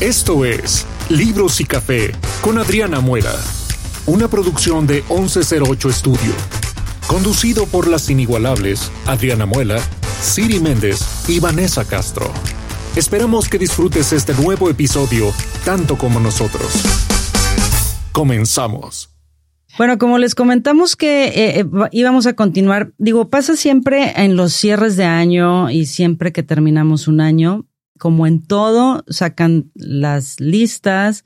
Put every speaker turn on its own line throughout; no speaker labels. Esto es Libros y Café con Adriana Muela, una producción de 1108 Estudio, conducido por las inigualables Adriana Muela, Siri Méndez y Vanessa Castro. Esperamos que disfrutes este nuevo episodio tanto como nosotros. Comenzamos.
Bueno, como les comentamos que eh, eh, íbamos a continuar, digo, pasa siempre en los cierres de año y siempre que terminamos un año, como en todo, sacan las listas,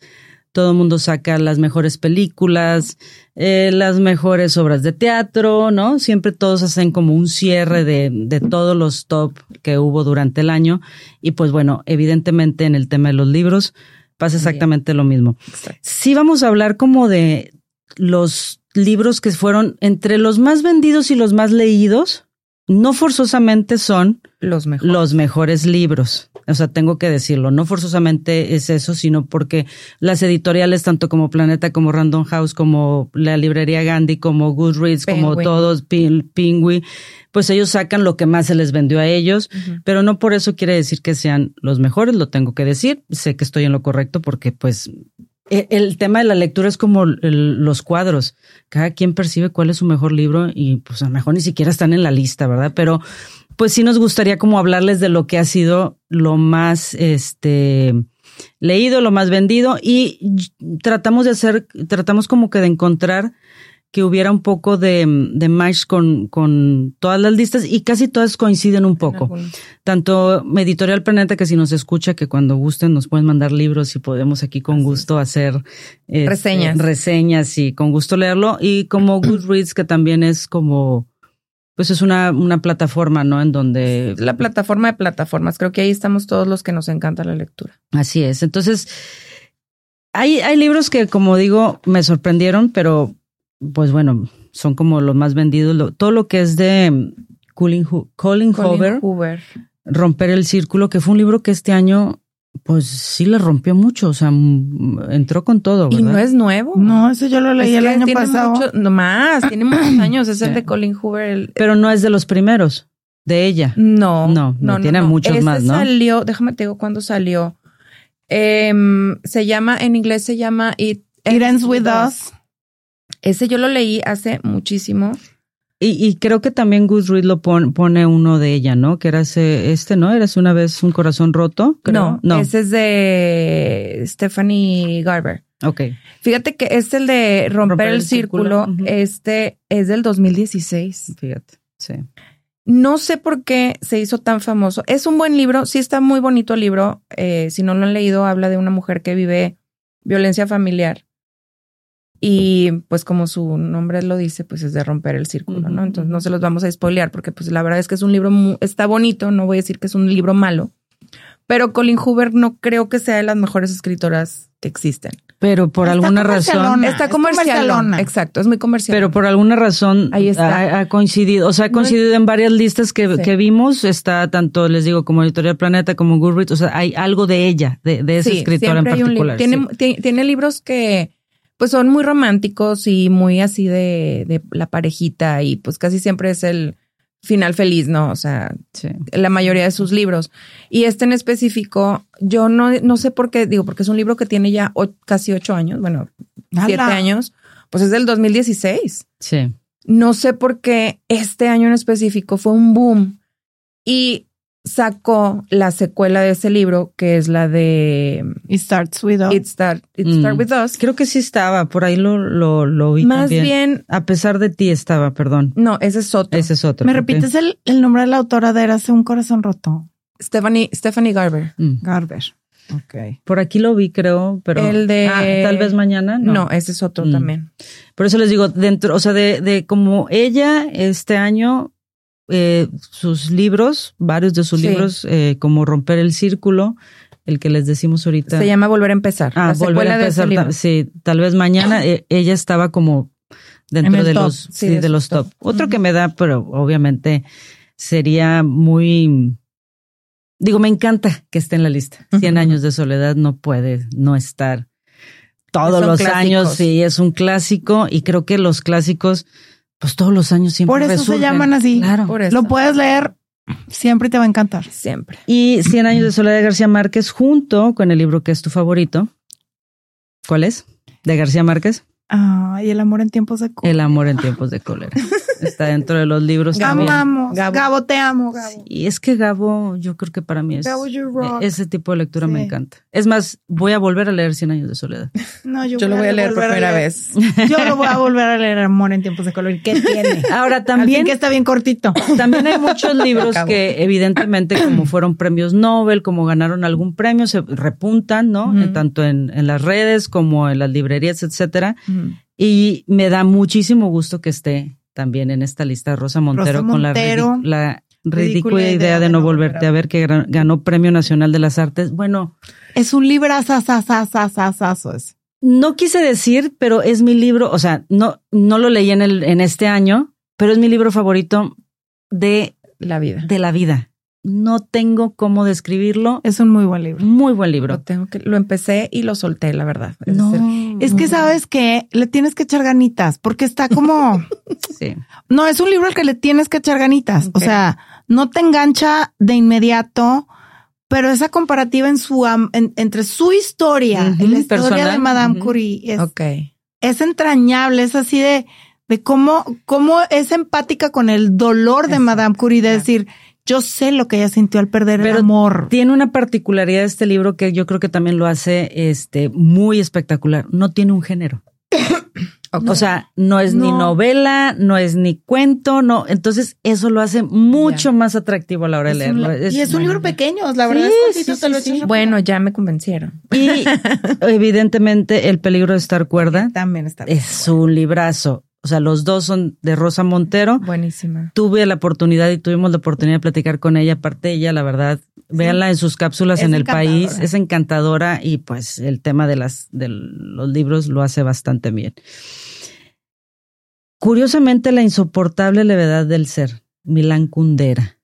todo el mundo saca las mejores películas, eh, las mejores obras de teatro, ¿no? Siempre todos hacen como un cierre de, de todos los top que hubo durante el año. Y pues bueno, evidentemente en el tema de los libros pasa exactamente lo mismo. Sí vamos a hablar como de los libros que fueron entre los más vendidos y los más leídos, no forzosamente son
Los mejores.
los mejores libros. O sea, tengo que decirlo, no forzosamente es eso, sino porque las editoriales, tanto como Planeta, como Random House, como la librería Gandhi, como Goodreads, como
Penguin.
todos, Pin- Pingui, pues ellos sacan lo que más se les vendió a ellos, pero no por eso quiere decir que sean los mejores, lo tengo que decir. Sé que estoy en lo correcto porque pues e- el tema de la lectura es como el- los cuadros. Cada quien percibe cuál es su mejor libro y pues a lo mejor ni siquiera están en la lista, ¿verdad? Pero pues sí nos gustaría como hablarles de lo que ha sido lo más este leído, lo más vendido y y tratamos de hacer, tratamos como que de encontrar que hubiera un poco de, de match con, con todas las listas y casi todas coinciden un poco tanto Editorial Planeta, que si nos escucha, que cuando gusten nos pueden mandar libros y podemos aquí con gusto hacer este,
Reseñas.
reseñas y con gusto leerlo. Y como Goodreads, que también es como, pues es una, una plataforma, ¿no? En donde
La plataforma de plataformas. Creo que ahí estamos todos los que nos encanta la lectura.
Así es. Entonces, hay, hay libros que, como digo, me sorprendieron, pero pues bueno, son como los más vendidos. Lo- todo lo que es de mm, Colin, Ho- Colin Hoover,
Colin Hoover.
Romper el Círculo, que fue un libro que este año, pues sí le rompió mucho, o sea, mm, entró con todo.
Y
¿verdad?
no es nuevo.
No, ese yo lo
Es
leí el
que
año
tiene
pasado.
mucho- no más, tiene muchos años. Es
Sí.
el de Colin Hoover. el-
Pero no es de los primeros, de ella.
no,
No, no, tiene muchos
Ese
más, ¿no?
salió, déjame te digo cuándo salió. Em, se llama, en inglés se llama It,
It Ends With Us.
Ese yo lo leí hace muchísimo.
Y, y creo que también Goodreads lo pon- pone uno de ella, ¿no? Que era ese, este, ¿no? Eras una vez un corazón roto. creo.
No,
no.
ese es de Stephanie Garber.
Ok.
Fíjate que es el de romper,
Romper
el,
el
círculo.
círculo, ujú.
Este es del 2016.
Fíjate. Sí.
No sé por qué se hizo tan famoso. Es un buen libro, sí está muy bonito el libro. Eh, si no lo han leído, habla de una mujer que vive violencia familiar. Y pues como su nombre lo dice, pues es de romper el círculo,
Ujú,
¿no? Entonces no se los vamos a spoilear porque pues la verdad es que es un libro, mu- está bonito, no voy a decir que es un libro malo, pero Colin Hoover no creo que sea de las mejores escritoras que existen.
Pero por
Está
alguna
comercialona.
razón,
Ah,
Está
es
comercial.
comercialona.
Exacto, es muy comercial.
pero por alguna razón
Ahí está.
Ha, ha coincidido, o sea, ha
No
coincidido en varias listas que,
Sí.
que vimos, está tanto, les digo, como Editorial Planeta, como Goodreads, o sea, hay algo de ella, de, de ese
Sí,
escritor en
siempre hay un
particular.
libro. Tiene, ti- tiene libros que pues son muy románticos y muy así de, de la parejita y pues casi siempre es el final feliz, ¿no? O sea,
sí, sí.
la mayoría de sus libros. Y este en específico, yo no, no sé por qué, digo, porque es un libro que tiene ya o- casi ocho años, bueno, siete
Ala.
años, pues es del 2016
sí.
no sé por qué este año en específico fue un boom y sacó la secuela de ese libro, que es la de
It Starts With Us.
It Start, It
Mm.
Start With Us.
Creo que sí estaba, por ahí lo, lo, lo vi
Más
también.
bien,
A pesar de ti estaba, perdón.
no, ese es otro.
Ese es otro.
¿Me
ok.
repites el, el nombre de la autora de Érase un corazón roto?
Stephanie, Stephanie Garber.
Mm.
Garber. Ok.
Por aquí lo vi, creo, pero.
El de-
Ah, tal vez mañana,
No,
no.
ese es otro
Mm.
también.
Por eso les digo, dentro, o sea, de, de como ella este año, eh, sus libros, varios de sus
Sí.
libros, eh, como Romper el Círculo, el que les decimos ahorita.
Se llama Volver a empezar.
ah,
la
volver
secuela
a empezar.
de ese
ta-
libro.
sí, tal vez mañana eh, ella estaba como
En
dentro
el
de
top,
los,
sí,
sí,
de
de,
sus
los top.
top.
Otro
Ujú.
que me da, pero obviamente sería muy, digo, me encanta que esté en la lista. 100
Ujú.
años de soledad no puede no estar todos
Son
los
clásicos.
años. Sí, es un clásico y creo que los clásicos, pues todos los años siempre
Por eso se
resurgen.
llaman así.
Claro.
Por eso.
Lo puedes leer Siempre te va a encantar.
Siempre.
Y Cien años de soledad de García Márquez junto con el libro que es tu favorito. ¿Cuál es? De García Márquez.
Ah, y el amor en tiempos de cólera.
El amor en tiempos de cólera. Está dentro de los libros también.
Amamos.
Gabo.
Gabo. te amo, Gabo.
Y es que Gabo, yo creo que para mí es... eh,
Gabo, you rock.
Ese tipo de lectura me
Sí.
encanta. Es más, voy a volver a leer Cien años de soledad.
No,
Yo, lo voy a leer por
volver
primera
leer.
vez.
Yo lo voy a volver a leer Amor en tiempos de color. ¿Qué tiene?
Ahora
Al fin
también...
que está bien cortito.
También hay muchos libros
Acabo.
que evidentemente como fueron premios Nobel, como ganaron algún premio, se repuntan, ¿no?
Ujú.
En tanto en, en las redes como en las librerías, etcétera. Y me da muchísimo gusto que esté también en esta lista Rosa Montero, con la,
Montero.
ridic- la ridícula idea de no volverte a ver, que gra- ganó Premio Nacional de las Artes. Bueno,
Es un librazazazazazazazo. ese.
no quise decir, pero es mi libro, o sea, no, no lo leí en, el, en este año, pero es mi libro favorito de
La vida.
de la vida. No tengo cómo describirlo.
Es un muy buen libro.
Muy buen
Lo,
libro.
tengo que, lo empecé y lo solté, la verdad. Es
No,
decir,
Es
mm,
que sabes que le tienes que echar ganitas porque está como.
Sí.
No, es un libro al que le tienes que echar ganitas.
Ok.
O sea, no te engancha de inmediato, pero esa comparativa en su am- en- entre su historia y
Ujú,
la historia de
personal,
Madame
ujú.
Curie es,
ok.
es entrañable, es así de, de cómo, cómo es empática con el dolor de
Exacto,
Madame Curie, de
claro.
decir, yo sé lo que ella sintió al perder
Pero
el amor.
Tiene una particularidad este libro que yo creo que también lo hace este, muy espectacular. No tiene un género.
ok.
O sea, no es ni
No.
novela, no es ni cuento, no. Entonces, eso lo hace mucho más atractivo a la hora de
Es un
leerlo.
li- y es un libro pequeño, la
Sí,
verdad es cortito,
sí,
te lo
sí,
echas
bueno, ya me convencieron.
Y evidentemente, El peligro de estar cuerda
rápido. también está bien.
es un librazo. O sea, los dos son de Rosa Montero.
Buenísima.
tuve la oportunidad y tuvimos la oportunidad de platicar con ella. Aparte, ella, la verdad, véanla en sus cápsulas
Es
en el
encantadora.
país, es encantadora y pues el tema de, las, de los libros lo hace bastante bien. Curiosamente, la insoportable levedad del ser, Milán Kundera.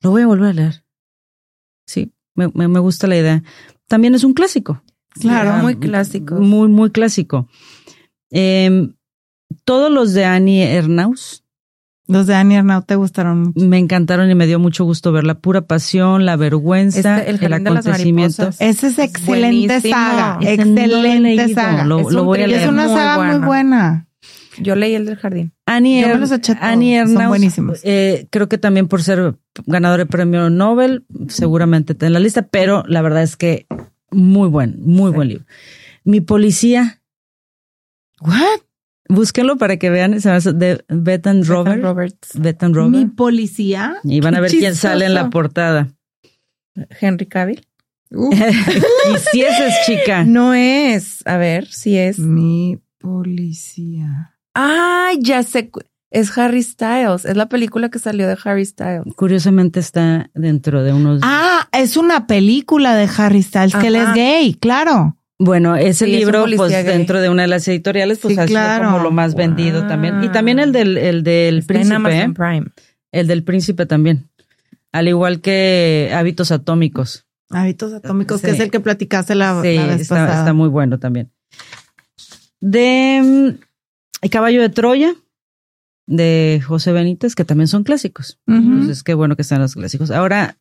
Lo voy a volver a leer. Sí, me- me- me gusta la idea. También es un clásico.
Claro,
muy clásico.
Muy, muy clásico. Em, todos los de Annie Ernaus,
Los de Annie Arnaud te gustaron mucho.
me encantaron y me dio mucho gusto ver la pura pasión, la vergüenza,
Este, El
el,
Jardín de las
acontecimiento.
Mariposas.
Esa es excelente
buenísimo.
saga.
Ese no lo he
excelente
leído,
saga.
Lo,
Es
lo
un
voy a
thriller,
es
leer.
una
muy
saga muy
bueno.
buena.
Yo leí el del jardín.
Annie,
Yo me
Er-
los eché todos,
Annie
son
Ernaux,
buenísimos.
eh, creo que también por ser ganadora de premio Nobel, seguramente está en la lista, pero la verdad es que muy buen, muy buen libro. Mi policía,
¿What?
búsquenlo para que vean, se llama de Beth and Robert.
Roberts.
Beth and
¿Mi
Robert.
policía?
Y van a
Qué
ver quién sale en la
chistoso.
portada.
Henry Cavill.
y si esa es chica.
No es. A ver si es.
Mi policía.
Ah, ya sé. cu- Es Harry Styles. Es la película que salió de Harry Styles.
Curiosamente está dentro de unos.
Ah, es una película de Harry Styles que él es
Ajá.
gay, claro.
Bueno, ese
Sí, es un
libro,
policía
pues
gay.
dentro de una de las editoriales, pues
Sí,
ha sido
claro. Ah.
como lo más vendido
Wow.
también. Y también el del, el del
Está en
príncipe,
Amazon
¿eh?
Prime.
el del príncipe también. Al igual que Hábitos Atómicos.
Hábitos atómicos,
Sí.
que es el que platicaste la,
sí,
Ah, la vez
está,
pasada.
está muy bueno también. De mm, El Caballo de Troya, de José Benítez, que también son clásicos.
Ujú.
Entonces, qué bueno que están los clásicos. Ahora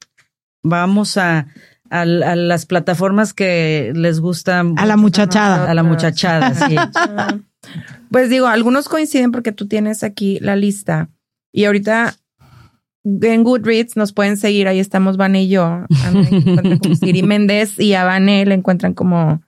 vamos a, a- a las plataformas que les gustan
A la muchachada.
a la muchachada. sí.
Pues digo, algunos coinciden porque tú tienes aquí la lista. Y ahorita en Goodreads nos pueden seguir. Ahí estamos Vane y yo. A mí me encuentran como Siri Méndez y a Vane le encuentran como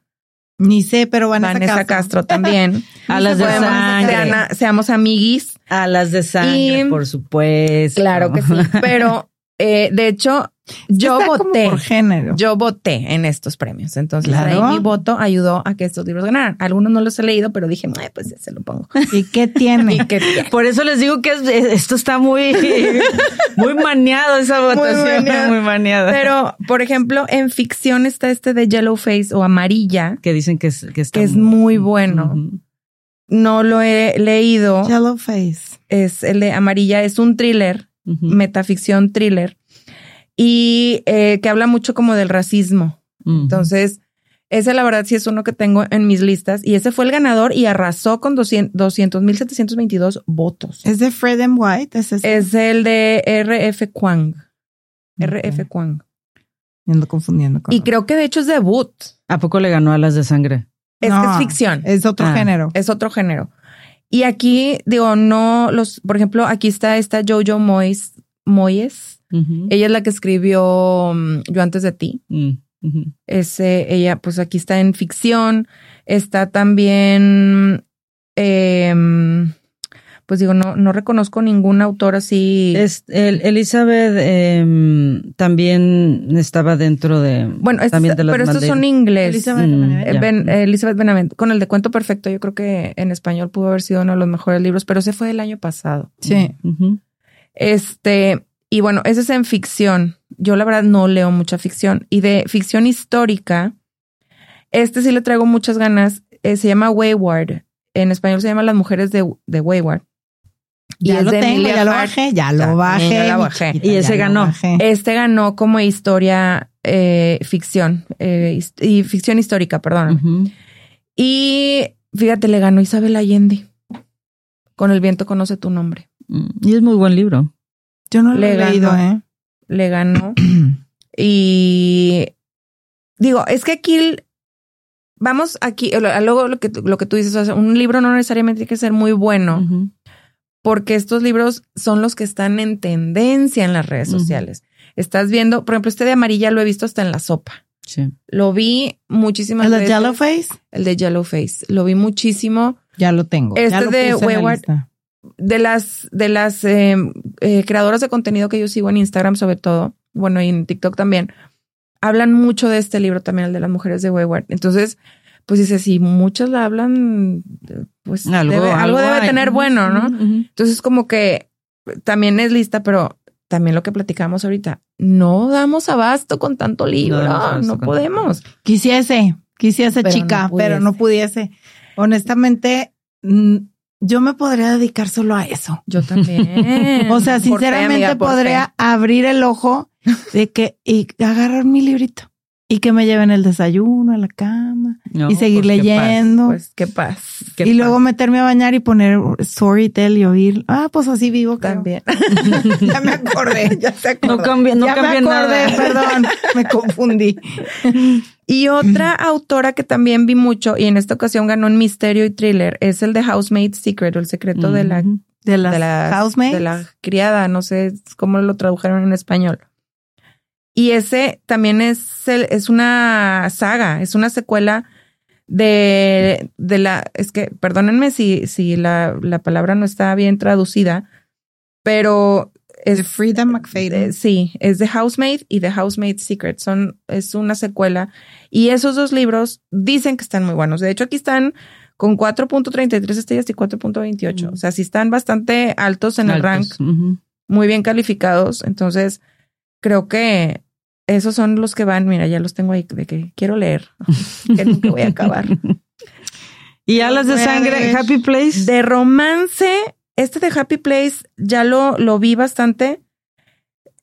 Ni sé, pero van a
Vanessa Castro también.
A las de
Podemos-
sangre.
sean a- seamos amiguis.
A las de sangre,
Y-
por supuesto.
Claro que sí. Pero eh, de hecho, yo voté.
por género.
Yo voté en estos premios. Entonces,
Claro.
ahí mi voto ayudó a que estos libros ganaran. Algunos no los he leído, pero dije, "Ay, pues ya se lo pongo.
¿Y qué tiene?
Y que tiene.
Por eso les digo que es- eh, esto está muy, muy maneado esa votación. Muy
maneado.
maneada.
Pero, por ejemplo, en ficción está este de Yellow Face o Amarilla,
que dicen que es, que está
que es muy bueno.
Ujú.
No lo he leído.
Yellow Face.
Es el de Amarilla, es un thriller,
Ujú.
metaficción thriller, y eh, que habla mucho como del racismo.
Ujú.
Entonces, ese la verdad sí es uno que tengo en mis listas. Y ese fue el ganador y arrasó con 200.722 votos.
Es de Fred and White. Es, ese?
Es el de R.F. Kuang. RF Kuang.
Me ando confundiendo con.
Y creo que de hecho es debut.
¿A poco le ganó a las de sangre?
Es,
No.
es ficción.
Es otro
Ah.
género.
es otro género. Y aquí, digo, no los, por ejemplo, aquí está esta Jojo Moyes, Moyes.
Ujú.
Ella es la que escribió mm, Yo antes de ti.
Mm, ujú.
Ese, ella, pues aquí está en ficción. Está también, em, pues digo, no, no reconozco ningún autor así.
Es- el- Elizabeth em, también estaba dentro de.
bueno, este es-
también de las
pero estos son
Mandela.
inglés.
Elizabeth
Mm,
Benavente.
Eh,
ya.
Ben- eh, Elizabeth Benavent, con el de cuento perfecto, yo creo que en español pudo haber sido uno de los mejores libros, pero ese fue el año pasado.
Sí.
Ujú.
Este, y bueno, eso es en ficción. Yo la verdad no leo mucha ficción. Y de ficción histórica, este sí le traigo muchas ganas. Eh, se llama Wayward. En español se llama Las Mujeres de, de Wayward. Y
Ya
es
lo
de
tengo,
Emilia
ya lo
Clarke.
bajé, ya
Ya,
lo bajé.
ya la
mi
bajé.
chiquita,
Y
ya
ese
lo
ganó.
bajé.
Este ganó como historia eh, ficción. eh, his- y ficción histórica, perdón.
Ujú.
Y fíjate, le ganó Isabel Allende. Con el viento conoce tu nombre.
Mm, Y es muy buen libro.
Yo no lo
le
he leído,
ganó.
¿eh?
le ganó. y digo, es que aquí el- vamos aquí, lo- luego lo que, tú- lo que tú dices, o sea, un libro no necesariamente tiene que ser muy bueno,
Ujú.
porque estos libros son los que están en tendencia en las redes
Ujú.
sociales. Estás viendo, por ejemplo, este de amarilla lo he visto hasta en la sopa.
Sí.
Lo vi muchísimas
¿El de
veces.
Yellowface?
El de Yellowface. Lo vi muchísimo.
Ya lo tengo.
Este
ya lo
de
puse en la
Wayward.
lista.
de las, de las eh, eh, creadoras de contenido que yo sigo en Instagram sobre todo, bueno, y en TikTok también, hablan mucho de este libro también, el de las mujeres de Wayward. Entonces, pues dice, si muchas la hablan, eh, pues debe- algo, debe
hay.
tener bueno, ¿no?
Ujú, ujú.
Entonces, como que también es lista, pero también lo que platicamos ahorita, no damos abasto con tanto libro,
damos
no,
abasto con-
podemos.
Quisiese, quisiese,
Pero no
chica, pero no pudiese. Honestamente, mm, yo me podría dedicar solo a eso.
Yo también.
O sea,
Eh, Por fe,
sinceramente
amiga, por fe.
podría abrir el ojo de que y agarrar mi librito y que me lleven el desayuno a la cama
No,
y seguir
pues, qué padre.
leyendo.
Pues qué paz. qué
y luego meterme a bañar y poner storytel y oír. Ah, pues así vivo
paz también.
creo. Ya me acordé, ya se acordó.
No cambié- no
ya
cambié
me acordé,
nada.
perdón, me confundí.
Y otra autora que también vi mucho y en esta ocasión ganó en misterio y thriller es el de Housemaid Secret o el secreto de la
Ujú.
De Mm, las
de la,
housemates.
de la criada, no sé cómo lo tradujeron en español. Y ese también es el- es una saga, es una secuela de, de la es que perdónenme si si la, la palabra no está bien traducida, pero es
de Frida
eh,
McFadden.
sí, es The Housemaid y The Housemaid's Secret. Son, es una secuela. Y esos dos libros dicen que están muy buenos. De hecho, aquí están con 4.33 estrellas y 4.28.
Mm.
O sea, sí están bastante altos en el rank,
Altos, ujú.
muy bien calificados. Entonces, creo que esos son los que van. Mira, ya los tengo ahí de que quiero leer, que nunca voy a acabar.
Y alas de
Voy a
sangre,
ver.
Happy Place.
De romance, este de Happy Place ya lo, lo vi bastante.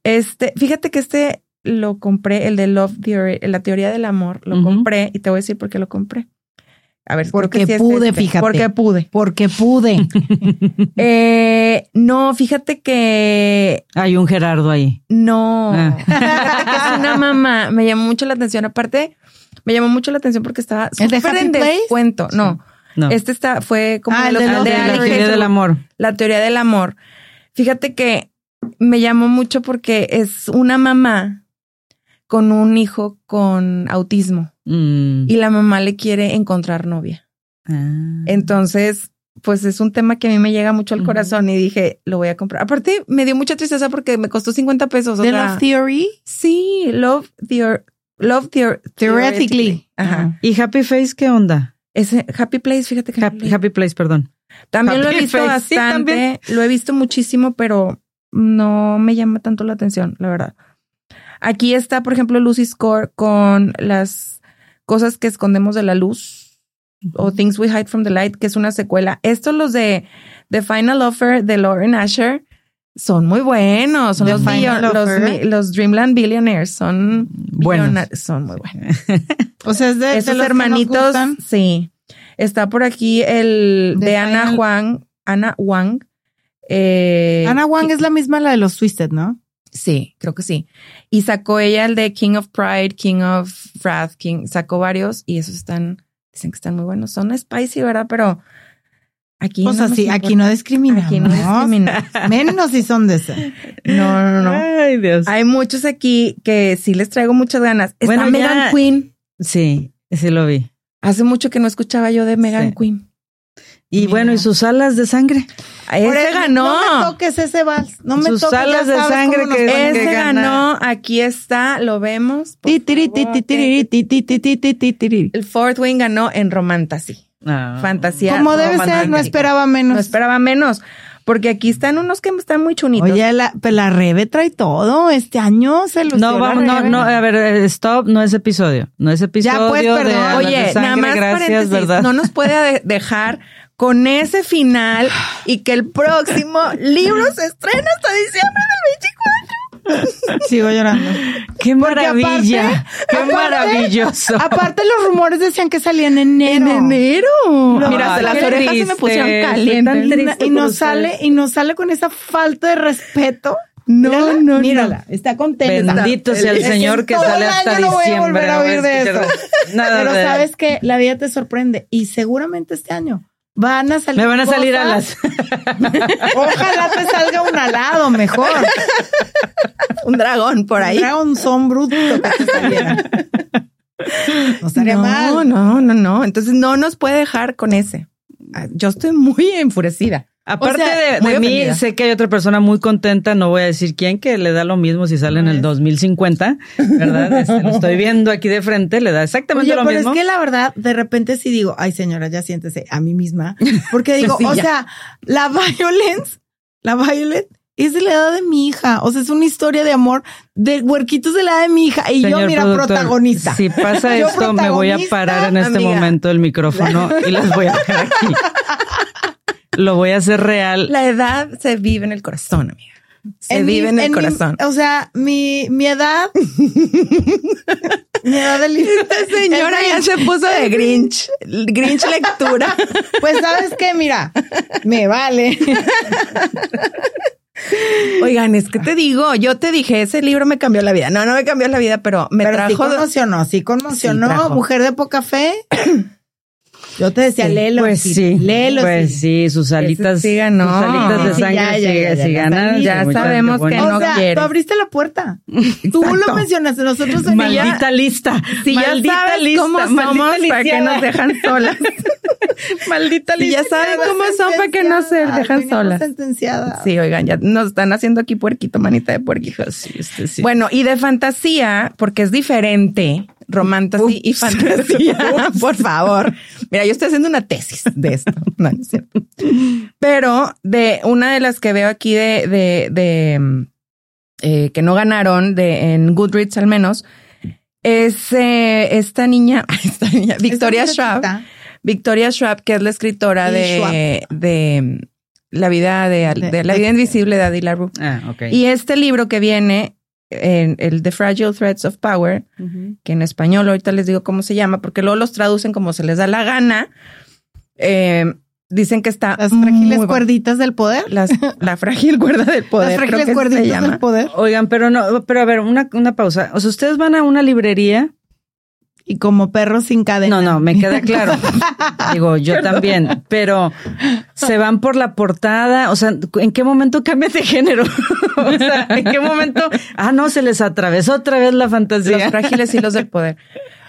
Este, fíjate que este lo compré, el de Love Theory, la teoría del amor, lo
Ujú.
compré y te voy a decir por qué lo compré. A ver, creo
Porque
que sí es
pude,
este.
fíjate.
Porque pude.
Porque pude.
Eh, no, fíjate que
Hay un Gerardo ahí.
no.
Ah.
Fíjate que es una mamá. Me llamó mucho la atención. Aparte, me llamó mucho la atención porque estaba
¿El de
súper
Happy
en
Place?
descuento. No,
No.
este está, fue como
Ah,
de
el
lo-
de
el
Love
de
de la
Ali
teoría
Hazel-
del amor.
la teoría del amor. Fíjate que me llamó mucho porque es una mamá con un hijo con autismo
Mm.
y la mamá le quiere encontrar novia.
Ah.
Entonces, pues es un tema que a mí me llega mucho al
Ujú.
corazón y dije, lo voy a comprar. Aparte, me dio mucha tristeza porque me costó 50 pesos. o
De
sea,
la Theory.
sí, Love Theor Love Theor
Theoretically.
Ajá.
¿Y Happy Face qué onda?
Ese Happy Place, fíjate que no
Happy,
lo-
Happy Place, perdón.
También lo he
Papel
visto
face, sí,
bastante,
también.
lo he visto muchísimo, pero no me llama tanto la atención, la verdad. Aquí está, por ejemplo, Lucy Score con las cosas que escondemos de la luz o Things We Hide from the Light, que es una secuela. Estos los de The Final Offer de Lauren Asher son muy buenos, son
The
los,
Final
billo- los,
Offer.
mi- los Dreamland Billionaires, son
Buenos.
billona- son muy buenos.
O sea, es de, de
Esos
los que nos
hermanitos,
gustan.
sí. Está por aquí el de,
De
Ana
Final-
Juan, Ana Wang. eh,
Ana Wang es la misma la de los Twisted, ¿no?
Sí, creo que sí. Y sacó ella el de King of Pride, King of Wrath, King, sacó varios y esos están, dicen que están muy buenos. Son spicy, ¿verdad? Pero aquí.
Pues
no nos
así, aquí no
importa.
discriminamos.
Aquí no discriminamos.
Menos si son de ese.
No, no, no.
Ay, Dios.
Hay muchos aquí que sí les traigo muchas ganas. Está
Bueno, ya-
Megan Queen.
Sí, sí lo vi.
Hace mucho que no escuchaba yo de Megan
Sí.
Queen.
Y
Mira.
bueno, y sus alas de sangre.
Por
Ese
eso,
ganó.
No me toques ese vals. No me
Sus
toques, ya
alas de
sabes
sangre
cómo
que-
nos-
Tienen
Ese
ganar.
ganó. Aquí está. Lo vemos. por
Ti, tiri, ti,
favor.
ti, tiri, ti, ti, ti, ti, ti, ti, tiri.
El Fort Wayne ganó en Romantasy.
Ah.
Fantasía.
Como debe ser, no
romántica.
esperaba
No
menos.
esperaba menos. Porque aquí están unos que están muy chunitos.
Oye, la, pero la Rebe trae todo. Este año se lució
No,
la
vamos, no,
Rebe.
no, a ver, eh, stop, no es episodio. No es episodio.
pues,
de
perdón.
alas de
Oye, nada
sangre,
más
gracias,
paréntesis,
¿verdad?
no nos puede de- dejar con ese final y que el próximo libro se estrena hasta diciembre del 24.
Sigo llorando.
¡Qué
Porque aparte-
maravilla! ¡Qué
aparte-
maravilloso!
Aparte, los rumores decían que salía en enero.
enero. Mira,
Ay,
las
qué
orejas se me
triste,
pusieron
estoy
calientes.
tan
Y,
triste
na- y
por
nos
ustedes.
sale, y nos sale con esa falta de respeto.
No,
mírala,
no, no.
mírala. Está contenta.
Bendito sea el
Es que
Señor que
todo
sale
el
hasta
año no voy a
diciembre.
volver a
no voy a
oír de
escuchar Nada
Pero
de-
sabes que la vida te sorprende y seguramente este año van a salir.
Me van a salir
cosas.
alas.
Ojalá te salga un alado mejor.
Un dragón por ahí.
Era un son bruto que te saliera. No estaría
No,
mal.
no, no, no. Entonces no nos puede dejar con ese. Ah, Yo estoy muy enfurecida.
Aparte
O sea,
de- de,
muy
mí,
ofendida.
sé que hay otra persona muy contenta, no voy a decir quién, que le da lo mismo si sale en el 2050, ¿verdad? Este, lo estoy viendo aquí de frente, le da exactamente
Oye,
lo
pero
mismo.
es que la verdad, de repente sí digo, ay señora, ya siéntese a mí misma. Porque digo,
Sí,
o
ya.
sea, la violence, la violence es de la edad de mi hija. O sea, es una historia de amor de huerquitos de la edad de mi hija. Y yo,
Señor
mira,
productor,
protagonista.
Si pasa
Yo
esto, me voy a
protagonista,
parar en este
amiga.
momento el micrófono y las voy a dejar aquí. Lo voy a hacer real.
La edad se vive en el corazón, amiga. Se
En mi-
vive en el
en mi-
corazón.
o sea, mi, mi edad. mi edad de li-
Esta señora
el
ya
Grinch.
se puso de Grinch. Grinch lectura.
Pues sabes qué, mira, me vale.
Oigan, es que te digo, yo te dije, ese libro me cambió la vida. No, no me cambió la vida, pero me
Pero sí
trajo.
conmocionó, sí
Sí,
conmocionó.
trajo.
mujer de poca fe. Yo te decía, léelo.
pues
Siri,
sí,
Léelo.
pues
Siri.
sí, sus alitas,
sí ganó.
sus alitas de
Sí,
sangre,
ya,
sí,
ya, ya,
sí
ya,
ganan.
salí.
Ya
Ya sabemos que
bueno.
O
no
sea,
quieres.
tú abriste la puerta. Tú lo mencionaste. Nosotros en
Mal-
ella-
Maldita lista.
Si ya
maldita
sabes
lista,
cómo
maldita
somos para que
lisiada.
nos dejan solas.
Maldita
Si ya saben cómo son para que no se
Sentenciada,
dejan
vinimos
solas.
sentenciada.
Sí, oigan, ya nos están haciendo aquí puerquito, manita de puerquito.
Bueno,
Bueno, y de fantasía, porque es diferente, romantasy y fantasía, por favor. Mira, yo estoy haciendo una tesis de esto, no, no es cierto. Pero de una de las que veo aquí de, de, de mm, eh, que no ganaron, de en Goodreads al menos, es eh, esta niña, esta niña, Victoria
Esta
Schwab.
muchachita,
Victoria Schwab, que es la escritora
Y
de, de La vida de, Al-
De-
de La vida invisible de Adi LaRue.
ah, ok.
Y este libro que viene, en el The Fragile Threads of Power, que en español ahorita les digo cómo se llama, porque luego los traducen como se les da la gana, eh, dicen que está
Las
muy
frágiles
bueno.
cuerditas del poder.
Las- la frágil cuerda del poder.
Las
creo
frágiles
que se
cuerditas
llama.
del poder.
Oigan, pero no, pero a ver, una, una pausa. O sea, ustedes van a una librería.
Y como perros sin cadena.
No, no, me queda claro. Digo, yo también, pero se van por la portada. O sea, ¿en qué momento cambian de género? o sea, ¿en qué momento? Ah, no, se les atravesó otra vez la
Los
fantasía.
frágiles hilos del poder.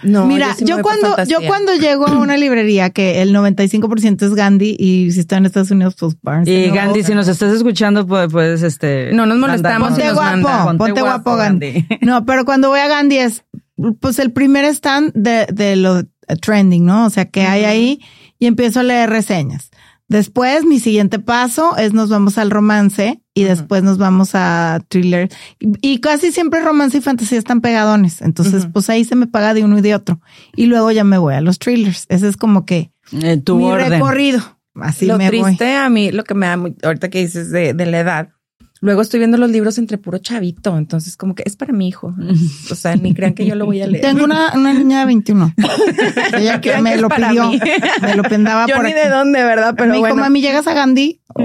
No,
Mira,
sí me
yo,
voy por
cuando yo
fantasía.
cuando llego a una librería que el 95% es Gandhi y si está en Estados Unidos, pues Barnes.
Y
and
Gandhi,
Noble.
si nos estás escuchando, pues, puedes, este.
No nos
mandarnos-
molestamos si
Ponte
nos
guapo,
manda.
ponte, guapo, Gandhi. No, pero cuando voy a Gandhi es, pues el primer stand de, de lo trending, ¿no? O sea, que hay ahí y empiezo a leer reseñas. Después, mi siguiente paso es nos vamos al romance y después nos vamos a thriller. Y, y casi siempre romance y fantasía están pegadones. Entonces,
Ujú.
pues ahí se me paga de uno y de otro. Y luego ya me voy a los thrillers. Ese es como que
Eh, tu
mi
orden.
recorrido. Así
lo
me voy.
triste a mí, lo que me da, mu- ahorita que dices de, de la edad, Luego estoy viendo los libros entre puro chavito, entonces como que es para mi hijo. O sea, ni crean que yo lo voy a leer.
Tengo una, una niña de 21. Ella que
Crean
me
que es
lo
para
pidió.
mí.
Me lo pendaba
yo
por
ni
aquí.
de dónde, ¿verdad? Pero
me dijo,
bueno, oh,
mami, ¿llegas a Gandhi? oh,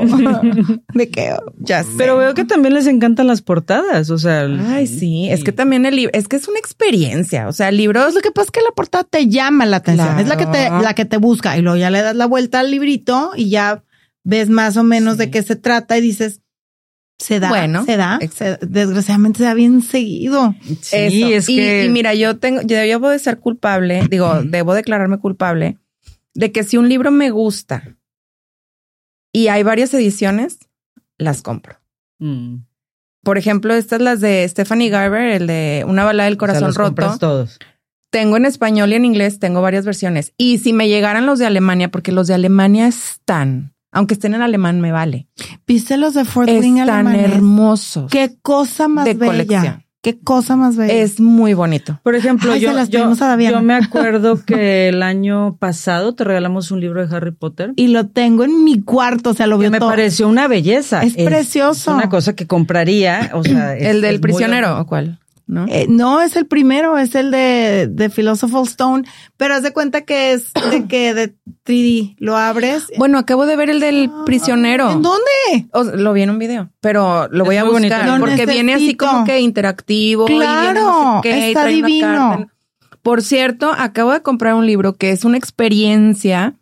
¿De qué?
ya sé.
Pero veo que también les encantan las portadas, o sea. el-
Ay, sí, es que también el libro, es que es una experiencia, o sea, libros,
Lo que pasa es que la portada te llama la atención. Es la que te,
Claro.
la que te busca. Y luego ya le das la vuelta al librito y ya ves más o menos de qué se trata y dices, se da,
Bueno,
se da.
ex-
se- desgraciadamente se da bien seguido.
Sí,
Eso.
es
y,
que.
y mira, yo tengo, yo debo de ser culpable, digo, debo declararme culpable de que si un libro me gusta y hay varias ediciones, las compro.
Mm.
Por ejemplo, estas las de Stephanie Garber, el de Una balada del
O sea,
corazón
los compras
roto.
todos.
Tengo en español y en inglés, tengo varias versiones. Y si me llegaran los de Alemania, porque los de Alemania están, aunque estén en alemán, me vale.
¿Viste los de Fort Wing
Están
Pues alemanes?
hermosos.
Qué cosa más
De
bella.
colección.
Qué cosa más bella.
Es muy bonito.
Por ejemplo,
Ay,
yo,
se las
yo,
pedimos a Daviana.
yo me acuerdo que el año pasado te regalamos un libro de Harry Potter.
y lo tengo en mi cuarto, o sea, lo
que
veo
me
todo.
pareció una belleza.
Es precioso.
Una cosa que compraría, o sea, es-
el del
es muy-
prisionero, ¿o cuál? ¿No?
Eh, no, es el primero, es el de, de Philosopher's Stone, pero haz de cuenta que es de que de 3D lo abres.
Bueno, acabo de ver el del prisionero.
ah, ¿En dónde?
O- lo vi en un video, pero lo
Es
voy a
muy bonito.
buscar
Lo
porque viene así
necesito.
como que interactivo. y viene
Claro,
no sé qué, y
está
trae una
divino.
carta. Por cierto, acabo de comprar un libro que es una experiencia.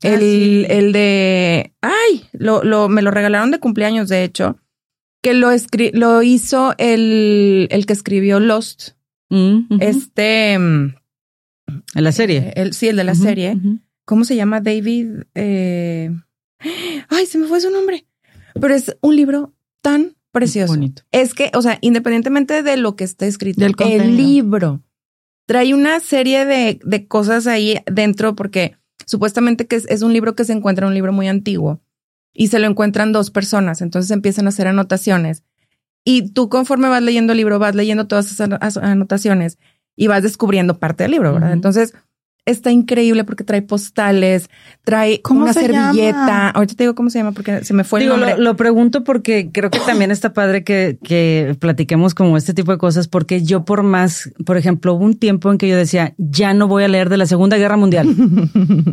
el,
Ah, sí.
el de. Ay, lo, lo, me lo regalaron de cumpleaños, de hecho. Que lo, escri- lo hizo el, el que escribió Lost.
Mm, ujú.
Este. mm,
en la
eh,
serie.
El, sí, el de la
Ujú,
serie.
ujú.
¿Cómo se llama? David. eh, Ay, se me fue su nombre. Pero es un libro tan precioso.
Bonito.
Es que, o sea, independientemente de lo que está escrito,
Del contenido.
el libro trae una serie de, de cosas ahí dentro, porque supuestamente que es, es un libro que se encuentra, un libro muy antiguo, y se lo encuentran dos personas, entonces empiezan a hacer anotaciones. Y tú conforme vas leyendo el libro, vas leyendo todas esas ano- as- anotaciones y vas descubriendo parte del libro, ¿verdad?
Ujú.
Entonces, está increíble porque trae postales, trae
¿Cómo
una
se
servilleta.
llama?
Ahorita te digo cómo se llama porque se me fue
Digo,
el
lo,
nombre.
lo pregunto porque creo que también está padre que, que platiquemos como este tipo de cosas, porque yo por más, por ejemplo, hubo un tiempo en que yo decía, ya no voy a leer de la Segunda Guerra Mundial.